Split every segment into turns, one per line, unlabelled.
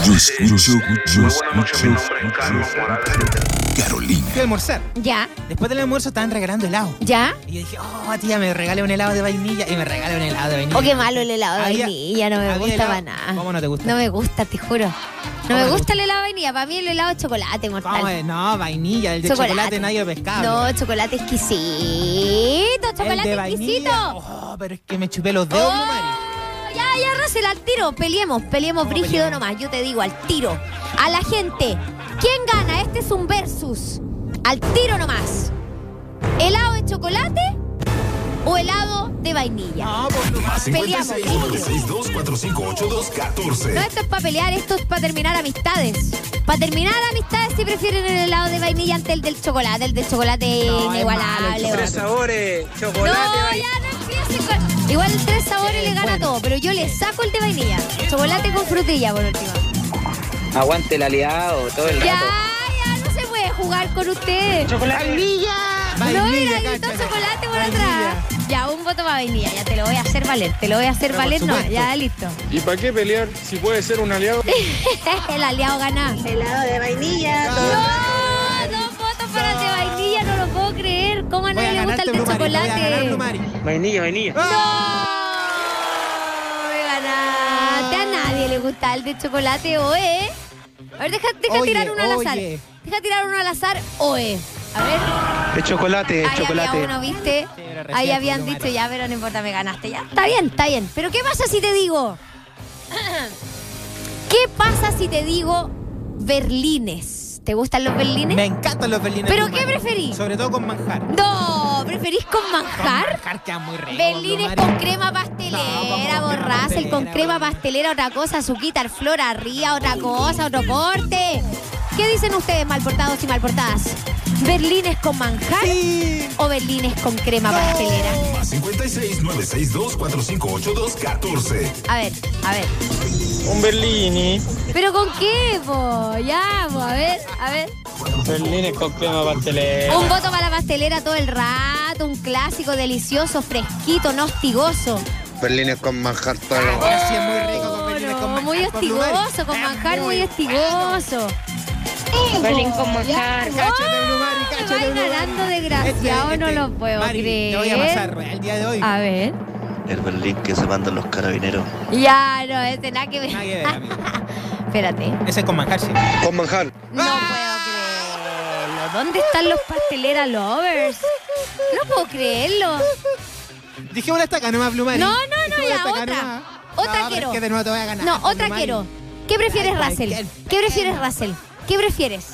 Muy buenas noches, mi nombre es Carlos Morales.
Carolina.
Fui a almorzar.
Ya,
Después del almuerzo estaban regalando helado.
ya.
Y yo dije, oh, tía, me regala un helado de vainilla. Y me regala un helado de vainilla.
Oh, qué malo el helado de
Había-
vainilla, no me
había
gusta
helado.
para nada.
¿Cómo no te gusta?
No me gusta, te juro. No
¿Cómo
me
te
gusta
gusta?
el helado de vainilla. Para mí el helado de chocolate, mortal.
¿Cómo es? No, vainilla. El de chocolate, nadie lo pescaba.
No, chocolate exquisito,
el
chocolate
de vainilla.
exquisito.
Oh, pero es que me chupé los dedos,
Oh,
Mari.
ya, ya, Russell, al tiro. Peleemos, peleemos
¿Cómo
brígido
peleamos?
nomás. Yo te digo, al tiro. A la gente. ¿Quién gana? Este es un versus. Al tiro nomás. ¿Helado de chocolate o helado de vainilla?
No, por tu
Más
madre.
Peleamos,
56
peleamos.
962 4582 14.
No, esto es para pelear, esto es para terminar amistades. Para terminar amistades, si prefieren el helado de vainilla ante el del chocolate, el del chocolate
No, es
inigualable.
malo,
bueno.
tres
sabores,
No,
chocolate,
ya no empiecen con. Igual el tres sabores
Sí,
le gana
bueno.
todo, pero yo le saco el de vainilla. Chocolate con frutilla, por último.
Aguante el aliado, todo el
Ya,
rato.
ya, no se puede jugar con ustedes. No,
Vainilla,
mira, gritó
cáchate.
chocolate por
Vainilla.
atrás. Ya, un voto para vainilla, ya te lo voy a hacer valer. Te lo voy a hacer
Pero por
valer, no,
supuesto.
ya, listo.
¿Y para qué pelear si puede ser un aliado?
el aliado gana.
Helado de vainilla.
No, dos votos para el de vainilla, no lo puedo creer. ¿Cómo a
Voy
nadie le gusta
ganarte,
el de
Blue Mari, voy a ganar,
chocolate?
Blue Mari.
Vainilla, vainilla.
¡No! Me ganaste. A nadie le gusta el de chocolate, oe. A ver, deja, deja
Oye,
tirar uno al azar.
oye.
Deja tirar uno al azar, oe. A ver.
Es chocolate,
Ahí había uno, ¿viste?
pero recién
Ahí
fue
habían
tu
dicho
madre.
ya, pero no importa, me ganaste ya. Está bien, está bien. Pero ¿qué pasa si te digo? ¿Qué pasa si te digo berlines? ¿Te gustan los berlines?
Me encantan los berlines.
¿Pero
Blue
qué
Mari.
preferís?
Sobre todo con manjar. Con
No, ¿preferís con manjar?
Manjar queda muy rico. Blue
Berlines
Mari.
con crema
No, con
pastelera,
crema
borraza, el con
pastelera,
crema
bueno.
pastelera, otra cosa, suquita, flor arriba, otra cosa, otro corte. ¿Qué dicen ustedes, malportados y malportadas? ¿Berlines con manjar o berlines con crema pastelera?
Más 56 962 4582 14.
A ver, a ver.
Un Berlini.
¿Pero con qué, po? Ya, po, a ver, a ver.
Berlines con crema
Eh,
pastelera.
Un voto para la pastelera todo el rato, un clásico delicioso, fresquito, no hostigoso.
Berlines con manjar todo lo-
Ah, sí, es muy rico con
No,
berlines con
Oh, no,
manjar. pues,
muy
por Blue Mari.
hostigoso, con
Es
manjar muy
bueno.
hostigoso.
Berlín con manjar.
Cáchate, Blue Mari,
¡Ah! Ay,
cáchate,
van
Blue Mari.
ganando desgraciado, no lo puedo
Este, Mari, Te voy a
creer.
pasar real el día de hoy.
A ver.
El Berlín que se mandan los carabineros.
Ya, no, ese nada que ver.
Nada que ver, amigo.
Espérate.
Ese es con manjar, sí.
Con manjar.
No puedo creerlo. ¿Dónde están los pastelera lovers? No puedo creerlo.
Dije una estaca nomás, Blue Mari.
No, no, no,
Dije una
ya,
estaca
otra.
nomás.
Otra
pero es
quiero.
que de nuevo te voy a ganar.
No,
Blue
otra
Mari.
quiero. ¿Qué prefieres,
Ay,
Russell?
cualquier
¿Qué prefieres, Russell? ¿Qué prefieres?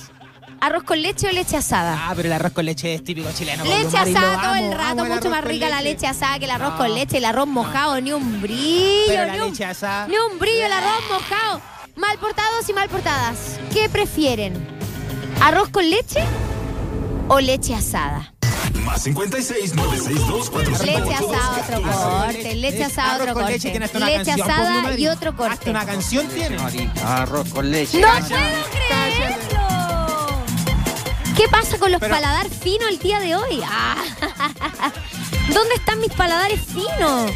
¿Arroz con leche o leche asada?
Ah, pero el arroz con leche es típico chileno. con Blue
Leche
Mari, lo
asada todo
amo,
el rato,
amo el
mucho
arroz
más
con
rica la leche asada que el arroz con
No.
leche, el arroz mojado, ni un brillo,
Pero
ni
la
un
leche asada.
Ni un brillo el arroz mojado. Malportados y malportadas, ¿qué prefieren? ¿Arroz con leche o leche asada?
Más 56 962
Leche
4582
asada, otro
14.
corte. Leche
Es
asada,
arroz
otro
con
corte.
leche, tiene hasta una
Leche
canción, pues, Blue
asada
Mari.
y otro
Hasta
corte.
una canción tiene.
Arroz con leche.
¡No puedo creerlo! ¿Qué pasa con los
Pero-
paladar finos el día de hoy? Ah, ¿Dónde están mis paladares finos?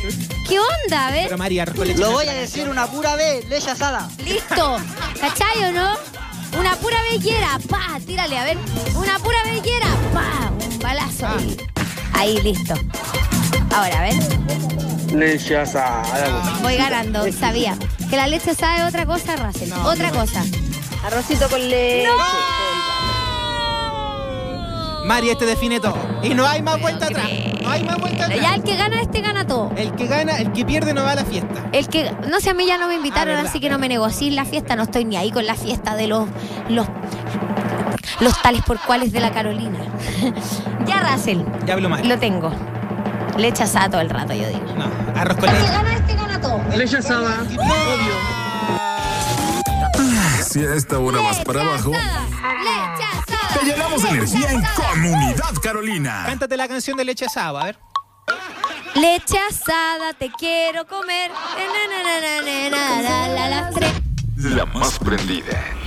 ¿Qué onda? A ver,
Pero Mari, arroz con leche.
Lo
no
voy
es
a
una
decir una pura vez, leche asada.
listo. ¿Cachai o no? Una pura bellera, pa, tírale, a ver. Una pura bellera, pa, un balazo. ahí. Ahí, listo. Ahora, a ver,
Leche asada.
voy ganando, sabía. Que la leche sabe otra cosa, Russell.
No,
otra
no.
cosa.
Arrocito con leche.
canción. Mari, este define todo. Y no hay más vuelta atrás.
creer.
No hay más vuelta atrás.
Ya el que gana, este gana todo.
El que gana, el que pierde no va a la fiesta.
El que, no sé, a mí ya no me invitaron,
Ah, verdad,
así que no me negocié la fiesta, no estoy ni ahí con la fiesta de los, los, los tales por cuales de la Carolina. ya, Russell,
Ya hablo mal.
lo tengo. Leche asada todo el rato, yo digo.
No, arroz con leche.
gana este, gana todo.
Leche asada.
Si a esta hora vas para abajo,
Leche asada.
te llenamos de energía en Comunidad Carolina.
Cántate la canción de leche asada, a ver.
Leche asada, te quiero comer. Na, na, na, na, na, na, na, la, las tres.
La más prendida.